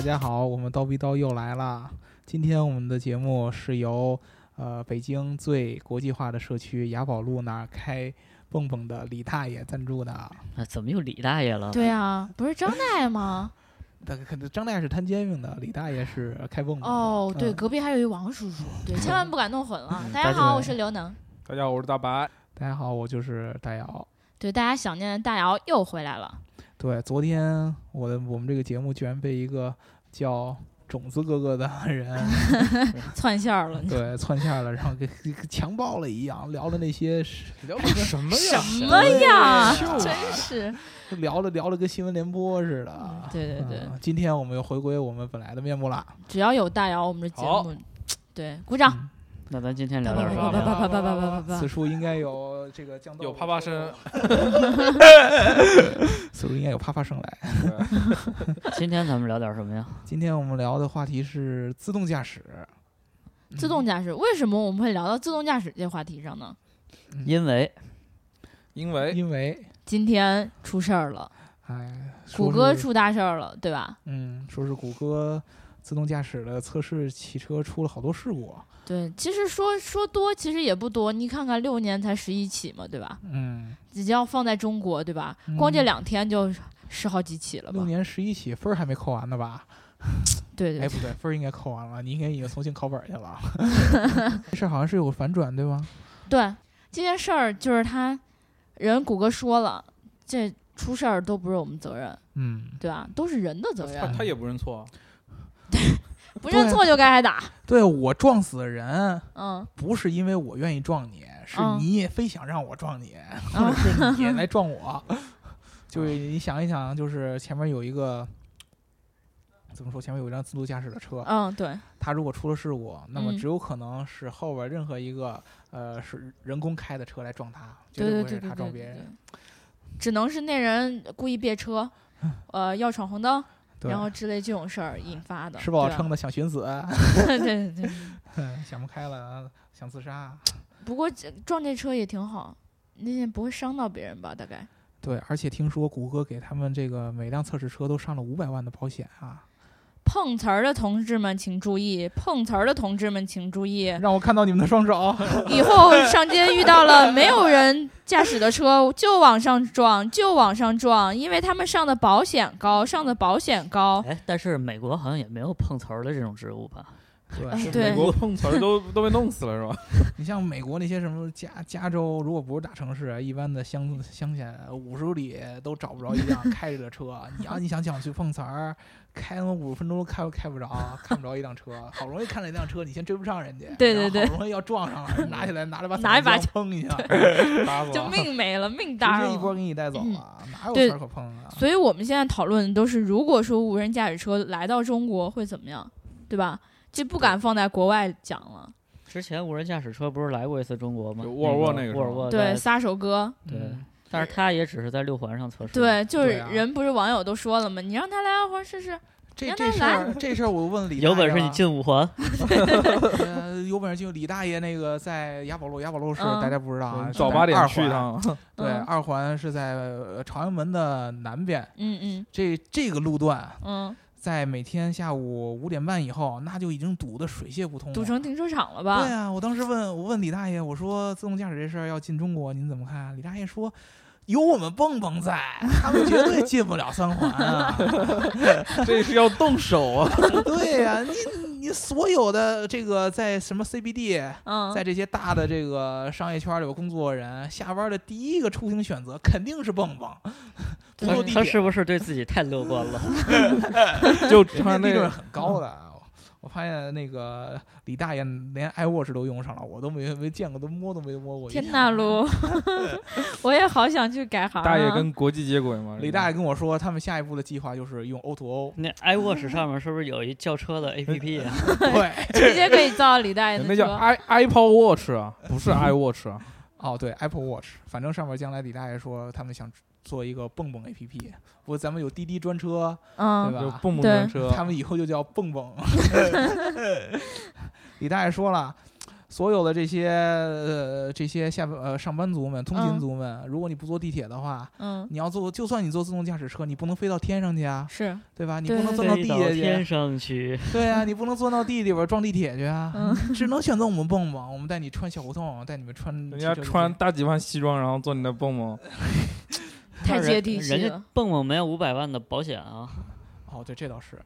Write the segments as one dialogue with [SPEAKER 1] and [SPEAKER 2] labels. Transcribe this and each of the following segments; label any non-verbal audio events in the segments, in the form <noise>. [SPEAKER 1] 家好，我们刀逼刀又来啦。今天我们的节目是由呃北京最国际化的社区雅宝路那儿开蹦蹦的李大爷赞助的。
[SPEAKER 2] 啊，怎么又李大爷了？
[SPEAKER 3] 对啊，不 <laughs> 是张大爷吗？
[SPEAKER 1] 但可能张大爷是摊煎饼的，李大爷是开蹦蹦的。
[SPEAKER 3] 哦，对，
[SPEAKER 1] 嗯
[SPEAKER 3] 隔壁还有一王叔叔，对，千万不敢弄混了。大家
[SPEAKER 1] 大家
[SPEAKER 3] 好，我嗯是刘能。
[SPEAKER 4] 大家好，我是大
[SPEAKER 1] <laughs>
[SPEAKER 4] 白。
[SPEAKER 1] 大家好，我就是大姚。
[SPEAKER 3] 对，大家想念的大姚又回来了。
[SPEAKER 1] 对，昨天我的我们这个节目居然被一个叫种子哥哥的
[SPEAKER 3] <laughs>
[SPEAKER 1] 人
[SPEAKER 3] 窜线 <laughs> 儿了。
[SPEAKER 1] 对窜线儿了，然后给给给强暴了一样，聊了那些是
[SPEAKER 4] 聊的什么
[SPEAKER 3] 什么哎呀？
[SPEAKER 1] 秀啊
[SPEAKER 3] 真是，
[SPEAKER 1] 聊了聊了跟新闻联播似的。
[SPEAKER 3] 对对对，
[SPEAKER 1] 嗯今天我们又回归我们本来的面目了。
[SPEAKER 3] 只要有大姚，我们的节目，对，鼓掌。
[SPEAKER 2] 那咱今天
[SPEAKER 3] 叭
[SPEAKER 2] 聊
[SPEAKER 3] 叭
[SPEAKER 2] 点
[SPEAKER 3] 叭
[SPEAKER 2] 啥吧？
[SPEAKER 3] 叭叭叭叭叭叭叭
[SPEAKER 1] 嗯此处应该有这个降噪，
[SPEAKER 4] 有啪啪声， <laughs>
[SPEAKER 1] 此处应该有啪啪声来。
[SPEAKER 2] 今天咱们聊点什么呀？
[SPEAKER 1] 今天我们聊的话题是自动驾驶。
[SPEAKER 3] 自动驾驶，为什么我们会聊到自动驾驶这话题上呢？
[SPEAKER 1] 嗯
[SPEAKER 2] 因为
[SPEAKER 4] 因
[SPEAKER 1] 嗯
[SPEAKER 4] 为
[SPEAKER 1] 因为
[SPEAKER 3] 今天出事儿了，
[SPEAKER 1] 哎，
[SPEAKER 3] 谷
[SPEAKER 1] 说
[SPEAKER 3] 歌
[SPEAKER 1] 是
[SPEAKER 3] 出大事儿了，对吧？
[SPEAKER 1] 嗯，说是谷歌自动驾驶的测试汽车出了好多事故。啊
[SPEAKER 3] 对，其实说说多，其实也不多。你看看，六年才十一起嘛，对吧？
[SPEAKER 1] 嗯，
[SPEAKER 3] 只要放在中国，对吧？光
[SPEAKER 1] 嗯
[SPEAKER 3] 这两天就十好几起了吧
[SPEAKER 1] 六？年十一起分儿还没扣完呢吧？
[SPEAKER 3] 对
[SPEAKER 1] 哎，
[SPEAKER 3] 对，
[SPEAKER 1] 不对，分儿应该扣完了，你应该已经重新考本儿去
[SPEAKER 3] <laughs>
[SPEAKER 1] 了。这事儿好像是有个反转，对吗？
[SPEAKER 3] 对，这件事儿就是他人谷歌说了，这出事儿都不是我们责任，
[SPEAKER 1] 嗯，
[SPEAKER 3] 对吧？都是人的
[SPEAKER 1] <laughs>
[SPEAKER 3] 责
[SPEAKER 4] 他
[SPEAKER 3] 任，
[SPEAKER 4] 他也不认错啊，
[SPEAKER 3] 不认错就该
[SPEAKER 1] <laughs>
[SPEAKER 3] 挨打。
[SPEAKER 1] 对我撞死人，
[SPEAKER 3] 嗯，
[SPEAKER 1] 不是因为我愿意撞你，是
[SPEAKER 3] 嗯
[SPEAKER 1] 你非想让我撞你，或
[SPEAKER 3] 嗯
[SPEAKER 1] 者是你
[SPEAKER 3] <laughs>
[SPEAKER 1] 来撞我。就是你想一想，就是前面有一个怎么说？前面有一辆自动驾驶的车，
[SPEAKER 3] 嗯，对，
[SPEAKER 1] 它如果出了事故，那么
[SPEAKER 3] 嗯
[SPEAKER 1] 只有可能是后边任何一个呃是人工开的车来撞它，绝
[SPEAKER 3] 对对
[SPEAKER 1] 不会
[SPEAKER 3] 对
[SPEAKER 1] 是
[SPEAKER 3] 对
[SPEAKER 1] 它
[SPEAKER 3] 对
[SPEAKER 1] 撞
[SPEAKER 3] 对
[SPEAKER 1] 别
[SPEAKER 3] 对
[SPEAKER 1] 人。，
[SPEAKER 3] 只能是那人故意别
[SPEAKER 1] <laughs>
[SPEAKER 3] 车，呃，要闯红灯，
[SPEAKER 1] 对，
[SPEAKER 3] 然后之类这种事儿引发的。
[SPEAKER 1] 吃饱
[SPEAKER 3] 对吧啊 <laughs>
[SPEAKER 1] 撑的想寻死，
[SPEAKER 3] 对对对。对
[SPEAKER 1] <laughs> 想不开了想自杀。
[SPEAKER 3] 不过这撞这车也挺好，那也不会伤到别人吧？大概。
[SPEAKER 1] 对，而且听说谷歌给他们这个每辆测试车都上了五百万的保险啊！
[SPEAKER 3] 碰瓷儿的同志们请注意，碰瓷儿的同志们请
[SPEAKER 1] <laughs>
[SPEAKER 3] 注意，
[SPEAKER 1] 哎让我看到你们的双手。
[SPEAKER 3] 以后上街遇到了没有人驾驶的车，就往上撞，就往上撞，因为他们上的保险高，上的保险高。
[SPEAKER 2] 哎，但是美国好像也没有碰瓷儿的这种职务吧？
[SPEAKER 1] <laughs> 对，
[SPEAKER 3] 哎对
[SPEAKER 4] 美国碰瓷儿都 <laughs> 都被弄死了是吧？
[SPEAKER 1] 你像美国那些什么加加州，如果不是大城市，一般的乡乡下五十里都找不着一辆开着的车。 <laughs> 你要你想想去碰瓷儿，开那五十分钟都开开不着，看不着一辆车。好容易看了一辆车，你先追不上人家，
[SPEAKER 3] 对
[SPEAKER 1] 然后
[SPEAKER 3] 对对
[SPEAKER 1] 好容易要撞上了，拿起来拿着把
[SPEAKER 3] 拿一把
[SPEAKER 1] 伞砰一下，
[SPEAKER 4] 打死
[SPEAKER 3] 就
[SPEAKER 4] 了。
[SPEAKER 3] 命没了，命搭
[SPEAKER 1] 直接一
[SPEAKER 3] 了
[SPEAKER 1] 波。给你带走啊，哪有
[SPEAKER 3] 嗯对
[SPEAKER 1] 词儿可碰啊？
[SPEAKER 3] 所以我们现在讨论的都是，如果说无人驾驶车来到中国会怎么样，对吧？这不敢放在国外讲了。
[SPEAKER 2] 之前无人驾驶车不是来过一次中国吗？
[SPEAKER 4] 有沃尔沃
[SPEAKER 2] 那
[SPEAKER 4] 那个
[SPEAKER 2] 沃尔沃
[SPEAKER 3] 对，
[SPEAKER 2] 在，
[SPEAKER 3] 撒手哥，
[SPEAKER 2] 对
[SPEAKER 1] 嗯
[SPEAKER 2] 但是它也只是在六环上测试。，
[SPEAKER 3] 对，就是
[SPEAKER 1] 对啊
[SPEAKER 3] 人不是网友都说了吗？你让他来啊二环试试，
[SPEAKER 1] 这
[SPEAKER 3] 让
[SPEAKER 1] 这
[SPEAKER 3] 他
[SPEAKER 1] 事儿这事儿我问李大
[SPEAKER 2] 有本
[SPEAKER 1] 爷
[SPEAKER 2] 事你
[SPEAKER 1] 了
[SPEAKER 2] 进五
[SPEAKER 3] <laughs>
[SPEAKER 2] 环。
[SPEAKER 1] 呃，有本事就李大爷那个在雅宝路，雅宝路是
[SPEAKER 3] 嗯
[SPEAKER 1] 大家不知道 <laughs> 啊，
[SPEAKER 4] 嗯
[SPEAKER 1] 是
[SPEAKER 4] 早
[SPEAKER 1] 在
[SPEAKER 4] 八点
[SPEAKER 1] 二
[SPEAKER 4] 去一
[SPEAKER 1] 环。
[SPEAKER 4] 趟，
[SPEAKER 1] <laughs> 对，啊
[SPEAKER 3] 嗯
[SPEAKER 1] 二环是在呃朝阳门的南边，
[SPEAKER 3] 嗯嗯
[SPEAKER 1] 这这个路段
[SPEAKER 3] 嗯，
[SPEAKER 1] 在每天下午五点半以后，那就已经堵得水泄不通了。
[SPEAKER 3] 堵成停车场了
[SPEAKER 1] 对
[SPEAKER 3] 吧？
[SPEAKER 1] 啊，我当时问我问李大爷，我说自动驾驶这事儿要进中国，您怎么看？李大爷说。有我们蹦蹦在，他们绝对进不了三环啊！
[SPEAKER 4] 这是要动手啊！
[SPEAKER 1] 对呀、你你所有的这个在什么 CBD，
[SPEAKER 3] 嗯，
[SPEAKER 1] 在这些大的这个商业圈里边工作的人，下班的第一个出行选择肯定是蹦蹦，不
[SPEAKER 2] 他
[SPEAKER 1] 坐地
[SPEAKER 2] 他
[SPEAKER 1] 铁，
[SPEAKER 2] 是不是对自己太乐观了？ <laughs>
[SPEAKER 4] 就
[SPEAKER 1] 人家
[SPEAKER 4] 穿
[SPEAKER 1] 利 <laughs>
[SPEAKER 4] 那
[SPEAKER 1] 润
[SPEAKER 4] 个，
[SPEAKER 1] 很高的啊。我发现那个李大爷连 iWatch 都用上了，我都没没见过，都摸都没摸过一下。
[SPEAKER 3] 天呐，噜，我也好想去改行、啊。
[SPEAKER 4] 大爷跟国际接轨嘛。
[SPEAKER 1] 李大爷跟我说，他们下一步的计划就是用 O to O，
[SPEAKER 2] 那 iWatch 上面是不是有一轿车的
[SPEAKER 3] <laughs>
[SPEAKER 2] APP 啊？
[SPEAKER 1] 对，
[SPEAKER 3] 直接可以造李大爷
[SPEAKER 4] 人
[SPEAKER 3] 的
[SPEAKER 4] 家叫
[SPEAKER 3] 车。
[SPEAKER 4] i iPod Watch 啊，不
[SPEAKER 1] 嗯
[SPEAKER 4] 是 iWatch 啊。
[SPEAKER 1] 哦对，Apple Watch，反正上面将来李大爷说他们想做一个蹦蹦 APP，不过咱们有滴滴专车，对
[SPEAKER 3] 嗯，
[SPEAKER 1] 吧
[SPEAKER 4] 就蹦蹦
[SPEAKER 3] 对
[SPEAKER 4] 专车，
[SPEAKER 1] <laughs> 他们以后就叫蹦蹦。李大爷说了，所有的这些呃这些下班呃上班族们、通勤
[SPEAKER 3] 嗯
[SPEAKER 1] 族们，如果你不坐地铁的话，
[SPEAKER 3] 嗯，
[SPEAKER 1] 你要坐，就算你坐自动驾驶车，你不能飞到天上去啊，
[SPEAKER 3] 是，
[SPEAKER 1] 对吧？你
[SPEAKER 3] 对
[SPEAKER 1] 不能
[SPEAKER 3] 对
[SPEAKER 1] 钻到
[SPEAKER 2] 飞
[SPEAKER 1] 地
[SPEAKER 2] 到
[SPEAKER 1] 下
[SPEAKER 2] 天
[SPEAKER 1] 去，啊
[SPEAKER 2] 上去，
[SPEAKER 1] <laughs> 对啊，你不能钻到地里边撞地铁去啊，
[SPEAKER 3] 嗯
[SPEAKER 1] 你只能选择我们蹦蹦，我们带你穿小胡同，带你们穿
[SPEAKER 4] 人家
[SPEAKER 1] 这个
[SPEAKER 4] 穿大几万西装，然后做你的蹦蹦，
[SPEAKER 3] 太
[SPEAKER 2] 人
[SPEAKER 3] 接地
[SPEAKER 2] 人
[SPEAKER 3] 气
[SPEAKER 2] 家
[SPEAKER 3] 了。
[SPEAKER 2] 蹦蹦没有五百万的保险啊，
[SPEAKER 1] 哦，对，这倒是，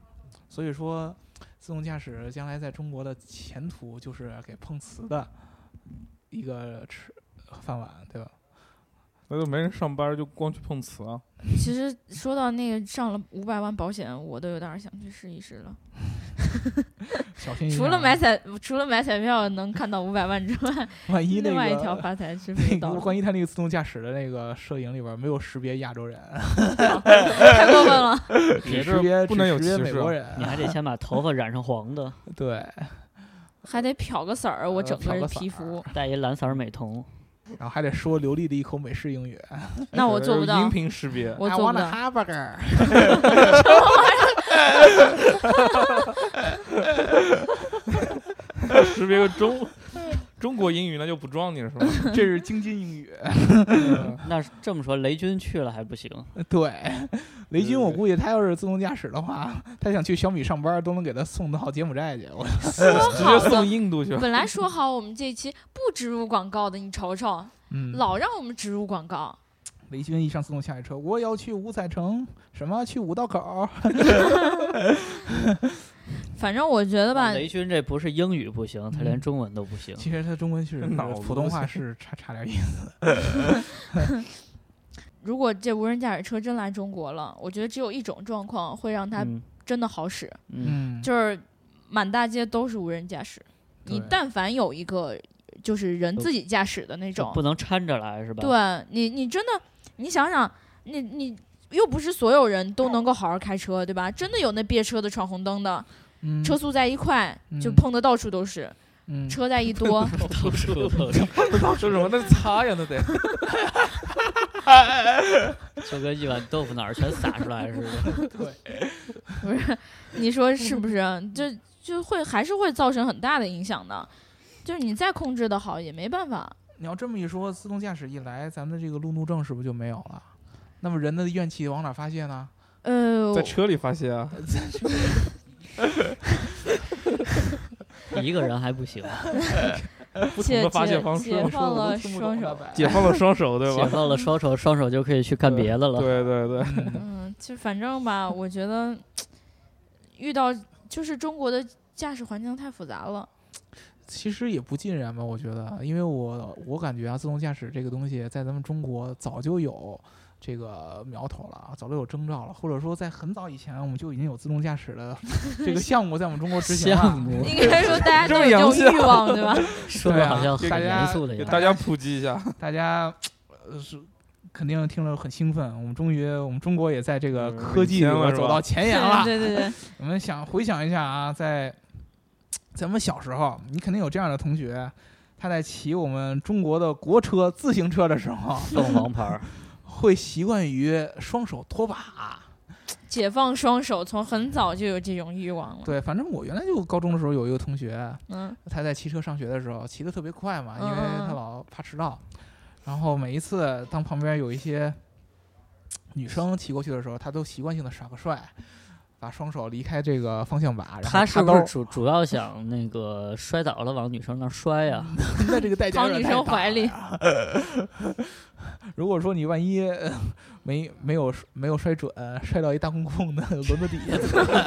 [SPEAKER 1] 所以说自动驾驶将来在中国的前途就是给碰瓷的一个吃饭碗，对吧？
[SPEAKER 4] 那就没人上班，就光去碰瓷啊。
[SPEAKER 3] 其实说到那个上了五百万保险，我都有点儿想去试一试了。
[SPEAKER 1] 小心一
[SPEAKER 3] 除
[SPEAKER 1] 点
[SPEAKER 3] 了
[SPEAKER 1] 啊
[SPEAKER 3] 买彩，除了买彩票能看到五百万之外，
[SPEAKER 1] 万一那
[SPEAKER 3] 另
[SPEAKER 1] 个 <laughs>
[SPEAKER 3] 外一条发财致富
[SPEAKER 1] 那
[SPEAKER 3] 的道
[SPEAKER 1] 个
[SPEAKER 3] 路
[SPEAKER 1] 万一他那个自动驾驶的那个摄影里边没有识别亚洲人，
[SPEAKER 3] 太过分了。
[SPEAKER 4] 别
[SPEAKER 1] <laughs> 只
[SPEAKER 4] 这
[SPEAKER 1] 识别
[SPEAKER 4] 不能有
[SPEAKER 1] 只
[SPEAKER 4] 歧
[SPEAKER 1] 识别美
[SPEAKER 4] 视
[SPEAKER 1] 国
[SPEAKER 4] 啊。
[SPEAKER 1] 人，
[SPEAKER 2] 你还得先把头发染成黄的，
[SPEAKER 1] 对，
[SPEAKER 3] 还得漂个色儿，我
[SPEAKER 1] 呃
[SPEAKER 3] 整
[SPEAKER 1] 漂
[SPEAKER 3] 人
[SPEAKER 1] 个色
[SPEAKER 3] 皮
[SPEAKER 1] 儿
[SPEAKER 3] 肤，
[SPEAKER 2] 戴一蓝色儿美瞳。
[SPEAKER 1] 然后还得说流利的一口美式英语。
[SPEAKER 3] 那我做不到
[SPEAKER 1] 啊
[SPEAKER 4] 音，频识别，
[SPEAKER 3] 我做不
[SPEAKER 1] I
[SPEAKER 3] 到
[SPEAKER 1] want。a
[SPEAKER 4] <laughs>
[SPEAKER 1] hamburger
[SPEAKER 4] 识别个中中国英语，那就不撞你了，是吧？
[SPEAKER 1] 这是京津英语。
[SPEAKER 2] 那这么说，雷军去了还不行，
[SPEAKER 1] <laughs> 对，雷军，我
[SPEAKER 4] 对
[SPEAKER 1] 估计他要是自动驾驶的话，他想去小米上班都能给他送到柬埔寨去。我
[SPEAKER 3] 说
[SPEAKER 4] 直接
[SPEAKER 3] 好
[SPEAKER 4] 送
[SPEAKER 3] 的，
[SPEAKER 4] 印
[SPEAKER 1] <laughs>
[SPEAKER 4] 度去了。
[SPEAKER 3] 本来说好我们这一期不植入广告的，你瞅瞅，
[SPEAKER 1] 嗯，
[SPEAKER 3] 老让我们植入广告。
[SPEAKER 1] 雷军一上自动驾驶车，我要去五彩城，什么去五道口？
[SPEAKER 3] 反正我觉得吧，
[SPEAKER 2] 雷军这不是英语不行，他连
[SPEAKER 1] 嗯
[SPEAKER 2] 中文都不行。
[SPEAKER 1] 其实他中文是
[SPEAKER 4] 脑子
[SPEAKER 1] 嗯普通
[SPEAKER 4] 不
[SPEAKER 1] 话
[SPEAKER 4] 行
[SPEAKER 1] 是差差点意思。
[SPEAKER 3] 如果这无人驾驶车真来中国了，我觉得只有一种状况会让它
[SPEAKER 2] 嗯
[SPEAKER 3] 真的好使，
[SPEAKER 2] 嗯，
[SPEAKER 1] 嗯，
[SPEAKER 3] 就是满大街都是无人驾驶。你
[SPEAKER 1] 对
[SPEAKER 3] 但凡有一个就是人自己驾驶的那
[SPEAKER 2] 就
[SPEAKER 3] 种
[SPEAKER 2] 不，能掺着来是吧？，
[SPEAKER 3] 对啊你，你真的，你想想，你你又不是所有人都能够好好开车，对吧？真的有那别车的闯红灯的，
[SPEAKER 1] 嗯
[SPEAKER 3] 车速在一块、就
[SPEAKER 1] 嗯
[SPEAKER 3] 碰的到处都是，
[SPEAKER 1] 嗯
[SPEAKER 3] 车在一多，
[SPEAKER 2] 到处都是，
[SPEAKER 4] 说什么？那是擦呀，那得。
[SPEAKER 2] 就跟一碗豆腐脑儿全撒出来似的。
[SPEAKER 3] 不是？你说是不是？啊就就会还是会造成很大的影响的。就是你再控制的好也没办法，
[SPEAKER 1] <laughs> 你要这么一说，自动驾驶一来，咱们的这个路怒症是不是就没有了？那么人的怨气往哪发泄呢？
[SPEAKER 3] 呃
[SPEAKER 4] 在，车里发泄啊，
[SPEAKER 2] 一个人还不行，
[SPEAKER 4] 不同
[SPEAKER 3] 解
[SPEAKER 4] 的发泄
[SPEAKER 3] 解
[SPEAKER 4] 方式
[SPEAKER 3] 解
[SPEAKER 1] 我说
[SPEAKER 3] 放
[SPEAKER 1] 我
[SPEAKER 3] 了
[SPEAKER 1] 都听不懂
[SPEAKER 3] 双手，
[SPEAKER 1] 了 <laughs>
[SPEAKER 4] 解放了双手，对
[SPEAKER 2] 解
[SPEAKER 4] 吧？
[SPEAKER 2] 啊放了双手，双手就可以去干别的了。
[SPEAKER 4] 对对对，
[SPEAKER 1] 嗯
[SPEAKER 3] 嗯，就反正吧，我觉得遇到就是中国的驾驶环境太复
[SPEAKER 1] <laughs>
[SPEAKER 3] 杂了，
[SPEAKER 1] 其实也不尽然吧，我觉得，啊因为我我感觉啊，自动驾驶这个东西在咱们中国早就有这个苗头了，啊早就有征兆了，或者说在很早以前我们就已经有自动驾驶
[SPEAKER 2] <laughs>
[SPEAKER 1] 的这个项目在我们中国执行了。啊
[SPEAKER 2] 项目
[SPEAKER 3] 应该说大家都
[SPEAKER 4] 这么
[SPEAKER 3] 有
[SPEAKER 4] 洋
[SPEAKER 3] 这种欲望，对吧？
[SPEAKER 2] 说
[SPEAKER 1] 对
[SPEAKER 2] 的
[SPEAKER 1] 啊
[SPEAKER 2] 好像很
[SPEAKER 1] 大家
[SPEAKER 2] 严肃的
[SPEAKER 4] 给
[SPEAKER 2] 样
[SPEAKER 4] 大家普及一下，
[SPEAKER 1] 大家呃是肯定听了很兴奋，我们终于我们中国也在这个
[SPEAKER 4] 嗯
[SPEAKER 1] 科技里
[SPEAKER 4] 领先了
[SPEAKER 1] 边
[SPEAKER 4] 是吧
[SPEAKER 1] 走到前沿
[SPEAKER 2] <laughs>
[SPEAKER 1] 了。
[SPEAKER 3] <laughs> 对对对，
[SPEAKER 1] 我们想回想一下啊，在咱们小时候，你肯定有这样的同学，他在骑我们中国的国车自行车的时候，
[SPEAKER 2] 子。凤凰牌儿，
[SPEAKER 1] 会习惯于双手拖
[SPEAKER 2] 嗯
[SPEAKER 1] 把。
[SPEAKER 3] 解放双手，从很早就有这种欲望了。
[SPEAKER 1] 对，反正我原来就高中的时候有一个同学，
[SPEAKER 3] 嗯，
[SPEAKER 1] 他在骑车上学的时候骑得特别快嘛，因为
[SPEAKER 3] 嗯嗯
[SPEAKER 1] 他
[SPEAKER 3] 嗯
[SPEAKER 1] 老怕迟到。然后每一次当旁边有一些女生骑过去的时候，他都习惯性的耍个帅，把双手离开这个方向盘，然后
[SPEAKER 2] 他是
[SPEAKER 1] 插
[SPEAKER 2] 不是
[SPEAKER 1] 兜。
[SPEAKER 2] 主主要想那个摔倒了往女生那儿摔呀？
[SPEAKER 1] <laughs> 那这个代价
[SPEAKER 3] 躺
[SPEAKER 1] 有点
[SPEAKER 3] 女
[SPEAKER 1] 太
[SPEAKER 3] 生
[SPEAKER 1] 大
[SPEAKER 3] 怀里
[SPEAKER 1] 了。 <laughs> 如果说你万一呃没没有没有摔准，摔到一大空空的轮子底下怎 <laughs> 么办，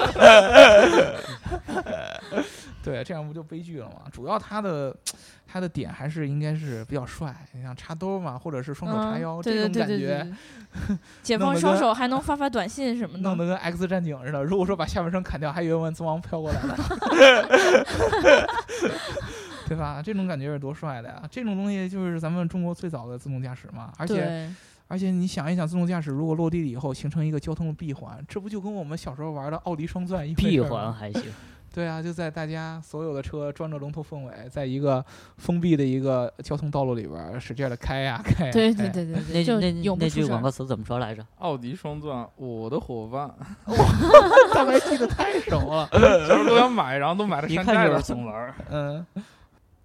[SPEAKER 1] 对，这样不就悲剧了吗？主要他的他的点还是应该是比较帅，你像插兜嘛，或者是双手叉
[SPEAKER 3] 嗯
[SPEAKER 1] 腰、
[SPEAKER 3] 对
[SPEAKER 1] 这种
[SPEAKER 3] 对对
[SPEAKER 1] 感
[SPEAKER 3] 对
[SPEAKER 1] 觉，
[SPEAKER 3] 对。解
[SPEAKER 1] 弄
[SPEAKER 3] 放
[SPEAKER 1] 得
[SPEAKER 3] 双
[SPEAKER 1] 跟
[SPEAKER 3] 手还能发发短信什么
[SPEAKER 1] 弄
[SPEAKER 3] 的，
[SPEAKER 1] 得跟 X 战警似的。如果说把下半身砍掉，还有一万字王飘过来呢， <laughs> 对吧？这种感觉是多帅的呀！这种东西就是咱们中国最早的自动驾驶嘛，而且
[SPEAKER 3] 对，
[SPEAKER 1] 而且你想一想，自动驾驶如果落地了以后形成一个交通的闭环，这不就跟我们小时候玩的奥迪双钻一回
[SPEAKER 2] 闭
[SPEAKER 1] 事儿
[SPEAKER 2] 环啊
[SPEAKER 1] 吗？
[SPEAKER 2] 还行，
[SPEAKER 1] 对啊，就在大家所有的车装着龙头凤尾，在一个封闭的一个交通道路里边儿使劲的开呀、开呀、
[SPEAKER 3] 对
[SPEAKER 1] 开
[SPEAKER 3] 对
[SPEAKER 1] 呀
[SPEAKER 3] 对对
[SPEAKER 2] 那
[SPEAKER 3] 对，
[SPEAKER 2] 句
[SPEAKER 3] 就
[SPEAKER 2] 那
[SPEAKER 3] 永不
[SPEAKER 2] 那
[SPEAKER 3] 出
[SPEAKER 2] 句
[SPEAKER 3] 事
[SPEAKER 2] 广
[SPEAKER 3] 儿。
[SPEAKER 2] 告词怎么说来着？
[SPEAKER 4] 奥迪双钻，我的伙伴，
[SPEAKER 1] 大白记得太熟了。
[SPEAKER 4] 小时候都想买，然后都买了
[SPEAKER 2] 一
[SPEAKER 4] 山
[SPEAKER 2] 看
[SPEAKER 4] <laughs> 寨
[SPEAKER 2] 就是
[SPEAKER 4] 了。
[SPEAKER 2] 总玩儿。
[SPEAKER 1] 嗯，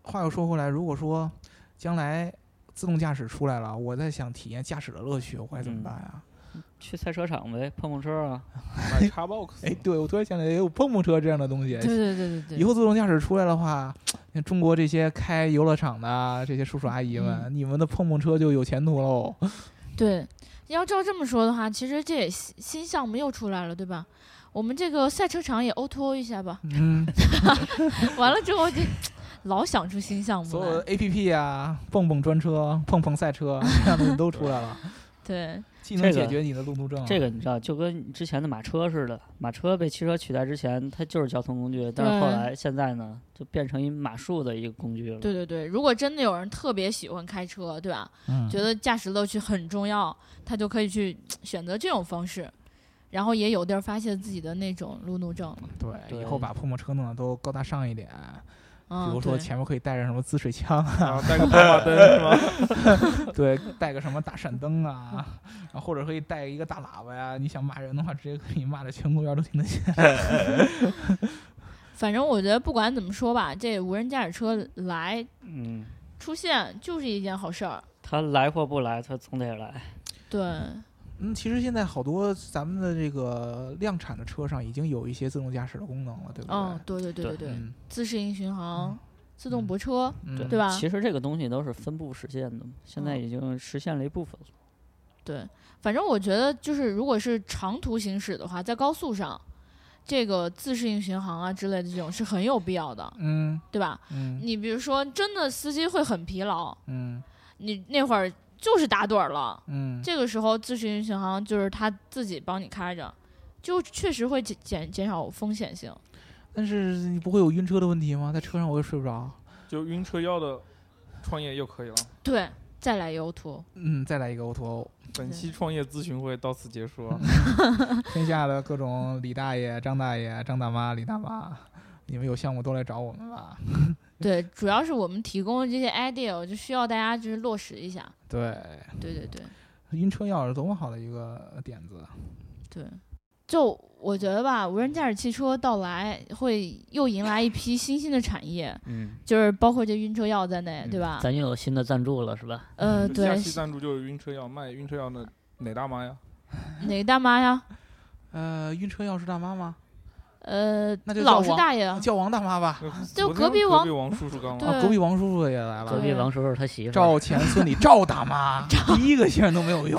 [SPEAKER 1] 话又说回来，如果说将来自动驾驶出来了，我在想体验驾驶的乐趣，我该怎么
[SPEAKER 2] 嗯
[SPEAKER 1] 办呀？
[SPEAKER 2] 去赛车场呗，碰碰车啊。
[SPEAKER 3] <laughs>
[SPEAKER 4] 买 Xbox，
[SPEAKER 1] 哎，对，我突然想起来有碰碰车这样的东西
[SPEAKER 3] 对，对对对对，
[SPEAKER 1] 以后自动驾驶出来的话，像中国这些开游乐场的啊这些叔叔阿姨们，你们的碰碰车就有前途喽。
[SPEAKER 3] 对，要照这么说的话，其实这也新新项目又出来了，对吧？我们这个赛车场也 O to O 一下吧。 <laughs>
[SPEAKER 1] 嗯，
[SPEAKER 3] 完了之后就老想出新项目
[SPEAKER 1] 嗯所有
[SPEAKER 3] 来
[SPEAKER 1] 的。A P P 啊，蹦蹦专车、碰碰赛车这样的东西都出来了，
[SPEAKER 3] 对，
[SPEAKER 1] 既能
[SPEAKER 2] 这
[SPEAKER 1] 解
[SPEAKER 2] 个
[SPEAKER 1] 决你的路怒症啊，
[SPEAKER 2] 这个你知道，就跟之前的马车似的，马车被汽车取代之前，它就是交通工具，但是后
[SPEAKER 3] 对
[SPEAKER 2] 来现在呢，就变成一马术的一个工具了。 <laughs>
[SPEAKER 3] 对对对，如果真的有人特别喜欢开车，对吧？
[SPEAKER 1] 嗯
[SPEAKER 3] 觉得驾驶乐趣很重要，他就可以去选择这种方式，然后也有地儿发泄自己的那种路怒症了。
[SPEAKER 1] 对，以
[SPEAKER 2] 对
[SPEAKER 1] 后把碰碰车弄得都高大上一点，比
[SPEAKER 3] 嗯，
[SPEAKER 1] 如说
[SPEAKER 3] 对
[SPEAKER 1] 前面可以带着什么滋水枪啊，
[SPEAKER 4] 然后带个跑马灯是吗？
[SPEAKER 1] <laughs> 对，带个什么大闪灯啊，然后或者可以带一个大喇叭呀，你想骂人的话，直接可以骂的全公园都听得见。
[SPEAKER 3] 反正我觉得不管怎么说吧，这无人驾驶车来
[SPEAKER 2] 嗯，
[SPEAKER 3] 出现就是一件好事儿。
[SPEAKER 2] 它来或不来，它总得来。
[SPEAKER 3] 对，
[SPEAKER 1] <laughs> 嗯，其实现在好多咱们的这个量产的车上已经有一些自动驾驶的功能了，对不对？
[SPEAKER 3] 嗯，对对对对对，
[SPEAKER 1] 嗯，
[SPEAKER 3] 自适应巡航
[SPEAKER 1] 嗯、
[SPEAKER 3] 自动泊车，
[SPEAKER 1] 嗯
[SPEAKER 3] 对吧
[SPEAKER 2] 其实这个东西都是分步实现的嘛，现在
[SPEAKER 3] 嗯
[SPEAKER 2] 已经实现了一部分了。
[SPEAKER 3] 对，反正我觉得就是，如果是长途行驶的话，在高速上，这个自适应巡航啊之类的这种是很有必要的，
[SPEAKER 1] 嗯
[SPEAKER 3] 对吧？
[SPEAKER 1] 嗯
[SPEAKER 3] 你比如说，真的司机会很疲劳，
[SPEAKER 1] 嗯
[SPEAKER 3] 你那会儿就是打盹儿了，
[SPEAKER 1] 嗯，
[SPEAKER 3] 这个时候自适应巡航就是他自己帮你开着，就确实会减减减少风险性。
[SPEAKER 1] 但是你不会有晕车的问题吗？在车上我也睡不着。
[SPEAKER 4] 就晕车药的创业又可以了。
[SPEAKER 3] 对，再来一个 O to O，
[SPEAKER 1] 嗯，再来一个 O to O，
[SPEAKER 4] 本期创业咨询会到此结束啊，
[SPEAKER 1] 天下的各种李大爷、张大爷、张大妈、李大妈，你们有项目都来找我们吧。
[SPEAKER 3] 对，主要是我们提供的这些 idea，我就需要大家就是落实一下。
[SPEAKER 1] 对，
[SPEAKER 3] 对对对。
[SPEAKER 1] 晕车药是多么好的一个点子。
[SPEAKER 3] 对，就我觉得吧，无人驾驶汽车到来会又迎来一批新兴的产业，
[SPEAKER 2] 嗯，
[SPEAKER 3] 就是包括这晕车药在内，对
[SPEAKER 4] 嗯
[SPEAKER 3] 吧？
[SPEAKER 2] 咱又有新的赞助了，是吧？
[SPEAKER 1] 嗯
[SPEAKER 3] 呃，
[SPEAKER 4] 下
[SPEAKER 3] 对，
[SPEAKER 4] 期赞助就是晕车药，卖晕车药的哪大妈呀？
[SPEAKER 3] 哪个大妈呀？
[SPEAKER 1] 呃，晕车药是大妈吗？
[SPEAKER 3] 呃，
[SPEAKER 1] 那就
[SPEAKER 3] 老
[SPEAKER 1] 叫
[SPEAKER 3] 是
[SPEAKER 1] 王 <laughs>
[SPEAKER 3] 大爷啊，
[SPEAKER 1] 叫王大妈吧。
[SPEAKER 3] 就
[SPEAKER 4] 昨天
[SPEAKER 3] 隔壁
[SPEAKER 4] 隔
[SPEAKER 3] 王
[SPEAKER 4] 壁王叔叔刚
[SPEAKER 3] <laughs> 对
[SPEAKER 4] 来，
[SPEAKER 1] 啊，隔壁王叔叔也来
[SPEAKER 2] 隔
[SPEAKER 1] 了。
[SPEAKER 2] 壁
[SPEAKER 3] 对
[SPEAKER 2] 王叔叔他媳妇儿
[SPEAKER 1] 赵钱孙李赵大妈，第一个竟然都没有
[SPEAKER 3] <laughs>
[SPEAKER 1] 用。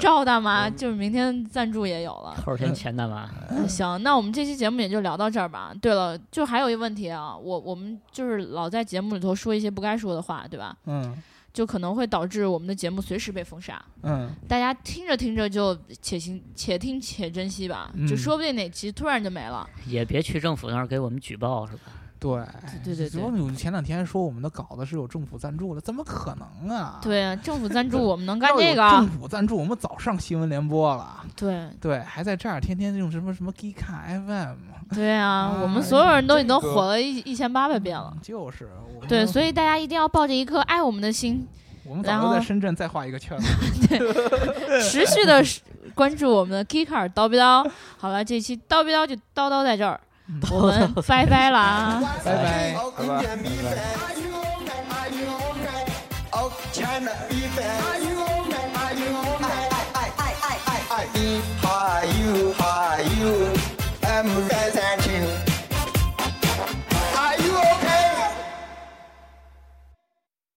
[SPEAKER 3] 赵大妈，
[SPEAKER 4] 嗯
[SPEAKER 3] 就是明天赞助也有了。
[SPEAKER 1] <laughs>
[SPEAKER 2] 后天钱大妈，
[SPEAKER 3] 嗯行，那我们这期节目也就聊到这儿吧。对了，就还有一个问题啊，我我们就是老在节目里头说一些不该说的话，对吧？
[SPEAKER 1] 嗯
[SPEAKER 3] 就可能会导致我们的节目随时被封杀。
[SPEAKER 1] 嗯，
[SPEAKER 3] 大家听着听着就且行且听且珍惜吧，
[SPEAKER 1] 嗯
[SPEAKER 3] 就说不定哪期突然就没了。
[SPEAKER 2] 也别去政府那儿给我们举报，是吧？
[SPEAKER 1] 对
[SPEAKER 3] 对对对
[SPEAKER 1] 只不过有前两天说我们的稿子是有政府赞助的，怎么可能啊？，
[SPEAKER 3] 对啊，政
[SPEAKER 1] <laughs>
[SPEAKER 3] 府赞助我们能干
[SPEAKER 1] 要
[SPEAKER 3] 这
[SPEAKER 1] 有
[SPEAKER 3] 个啊
[SPEAKER 1] 政？府赞助，我们早上新闻联播了。
[SPEAKER 3] 对
[SPEAKER 1] <laughs> 对，还在这儿天天用什么什么 Gika FM，
[SPEAKER 3] 对啊
[SPEAKER 1] 啊，
[SPEAKER 3] 我们所有人都已
[SPEAKER 4] 这
[SPEAKER 3] 经
[SPEAKER 4] 个
[SPEAKER 3] 火了一一千八百遍了。
[SPEAKER 1] 嗯就是我们
[SPEAKER 3] 对，所以大家一定要抱着一颗爱我们的心，
[SPEAKER 1] 我们早
[SPEAKER 3] 然
[SPEAKER 1] 就在
[SPEAKER 3] 后
[SPEAKER 1] 深圳再画一个圈子。
[SPEAKER 3] 持续的关注我们的 Kicker 叨逼叨。好了，这期叨逼叨就叨叨在这儿，我们拜拜了啊。
[SPEAKER 4] <laughs>
[SPEAKER 1] 拜拜。
[SPEAKER 5] Bye bye. Are you alright? Are you alright? Oh, China, be fair. Are you alright? Are you alright? I, I, I, I, I, I, I. If, are you, are you?